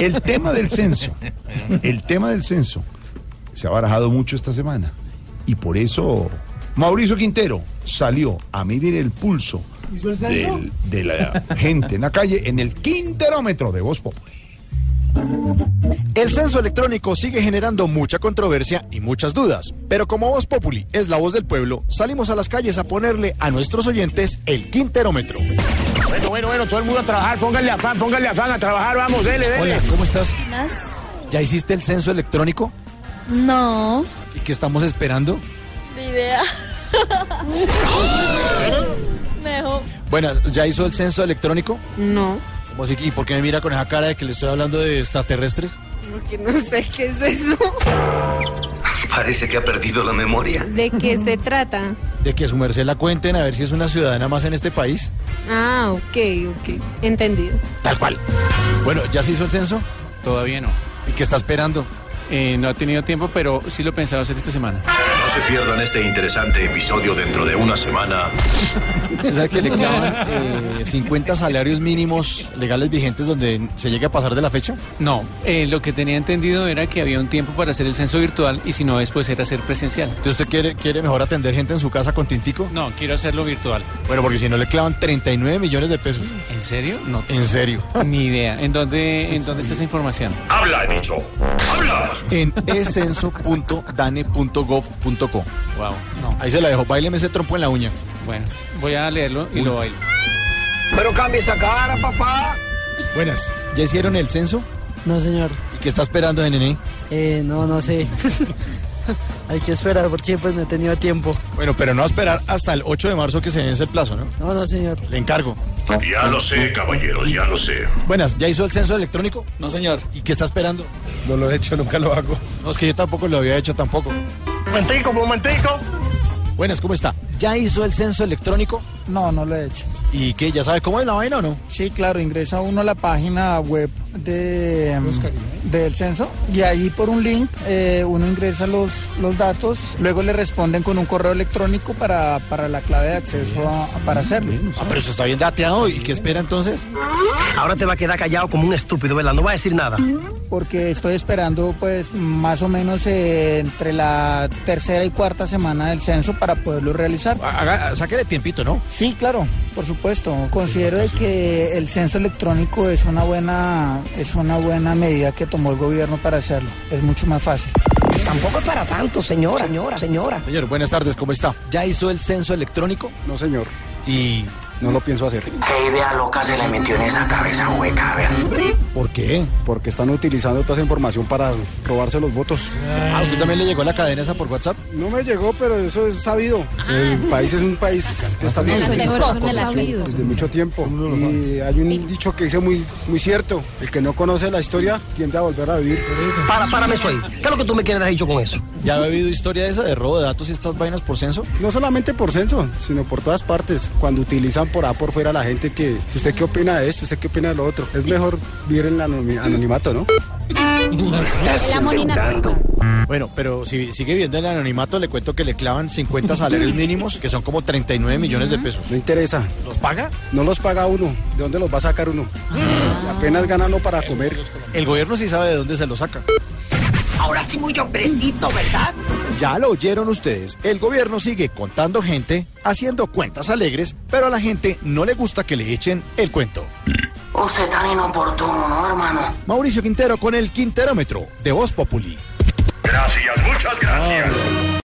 El tema del censo, el tema del censo se ha barajado mucho esta semana y por eso Mauricio Quintero salió a medir el pulso ¿Hizo el censo? del- de la gente en la calle en el quinterómetro de Voz Populi. El censo electrónico sigue generando mucha controversia y muchas dudas, pero como Voz Populi es la voz del pueblo, salimos a las calles a ponerle a nuestros oyentes el quinterómetro. Bueno, bueno, bueno, todo el mundo a trabajar, pónganle afán, pónganle afán, a trabajar, vamos, dele, dele. Hola, ¿cómo estás? ¿Más? ¿Ya hiciste el censo electrónico? No, ¿Y qué estamos esperando? ni idea. Mejor. Bueno, ¿ya hizo el censo electrónico? No, ¿Cómo así? ¿Y por qué me mira con esa cara de que le estoy hablando de extraterrestres? porque no sé qué es eso. Parece que ha perdido la memoria. ¿De qué se trata? De que su merced la cuenten a ver si es una ciudadana más en este país. Ah, ok, ok. Entendido. Tal cual. Bueno, ¿ya se hizo el censo? Todavía no. ¿Y qué está esperando? Eh, no ha tenido tiempo, pero sí lo pensaba hacer esta semana. No se pierdan este interesante episodio dentro de una semana. Usted sabe que le clavan eh, 50 salarios mínimos legales vigentes donde se llegue a pasar de la fecha. No, eh, lo que tenía entendido era que había un tiempo para hacer el censo virtual y si no después era hacer presencial. Entonces, ¿usted quiere, quiere mejor atender gente en su casa con tintico? No, quiero hacerlo virtual. Bueno, porque si no le clavan 39 millones de pesos. ¿En serio? No. En serio. Ni idea. ¿En dónde, ¿En dónde está esa información? ¡Habla, he dicho! ¡Habla! En escenso.dane.gov.co. Wow. No. Ahí se la dejo. Báileme ese trompo en la uña. Bueno, voy a leerlo y lo bailo. Pero cambie esa cara, papá. Buenas. ¿Ya hicieron el censo? No, señor. ¿Y qué está esperando, nene? Eh, no, no sé. Hay que esperar porque pues no he tenido tiempo. Bueno, pero no a esperar hasta el 8 de marzo que se vence el plazo, ¿no? No, no, señor. Le encargo. Ya lo sé, caballeros, ya lo sé. Buenas. ¿Ya hizo el censo electrónico? No, señor. ¿Y qué está esperando? No lo he hecho, nunca lo hago. No, es que yo tampoco lo había hecho tampoco. Momentico, momentico. Buenas, ¿cómo está? ¿Ya hizo el censo electrónico? No, no lo he hecho. ¿Y qué? ¿Ya sabe cómo es la vaina o no? Sí, claro, ingresa uno a la página web de, mm, del censo y ahí por un link eh, uno ingresa los, los datos, luego le responden con un correo electrónico para, para la clave de acceso a- para hacerlo. Ah, pero eso está bien dateado. ¿Y qué espera entonces? Ahora te va a quedar callado como un estúpido, ¿verdad? No va a decir nada. Porque estoy esperando pues más o menos eh, entre la tercera y cuarta semana del censo para poderlo realizar. Haga, sáquele tiempito, ¿no? Sí, claro, por supuesto. Considero de que el censo electrónico es una buena es una buena medida que tomó el gobierno para hacerlo. Es mucho más fácil. Tampoco es para tanto, señora, señora, señora. Señor, buenas tardes, ¿cómo está? ¿Ya hizo el censo electrónico? No, señor. ¿Y No lo pienso hacer. Qué idea loca se le metió en esa cabeza hueca, a ver. por qué? Porque están utilizando toda esa información para robarse los votos. ¿A Ah, usted también le llegó la cadena esa por WhatsApp? No me llegó, pero eso es sabido. El país es un país que está Las desde, cosas de las vidas. desde mucho tiempo. Y hay un dicho que dice muy, muy cierto. El que no conoce la historia tiende a volver a vivir. Para, párame eso ahí. ¿Qué es lo que tú me quieres dar dicho con eso? ¿Ya ha habido historia de esa de robo de datos y estas vainas por censo? No solamente por censo, sino por todas partes. Cuando utilizan por A por fuera a la gente que, ¿usted qué opina de esto? ¿Usted qué opina de lo otro? Es mejor vivir en el anomi- anonimato, ¿no? La monina. Bueno, pero si sigue viendo el anonimato, le cuento que le clavan 50 salarios mínimos, que son como 39 millones de pesos. No interesa. ¿Los paga? No los paga uno. ¿De dónde los va a sacar uno? Si apenas gana uno para comer. El gobierno sí sabe de dónde se lo saca. Ahora sí muy hombrecito, ¿verdad? Ya lo oyeron ustedes, el gobierno sigue contando gente, haciendo cuentas alegres, pero a la gente no le gusta que le echen el cuento. Usted tan inoportuno, ¿no, hermano? Mauricio Quintero con el Quinterómetro de Voz Populi. Gracias, muchas gracias.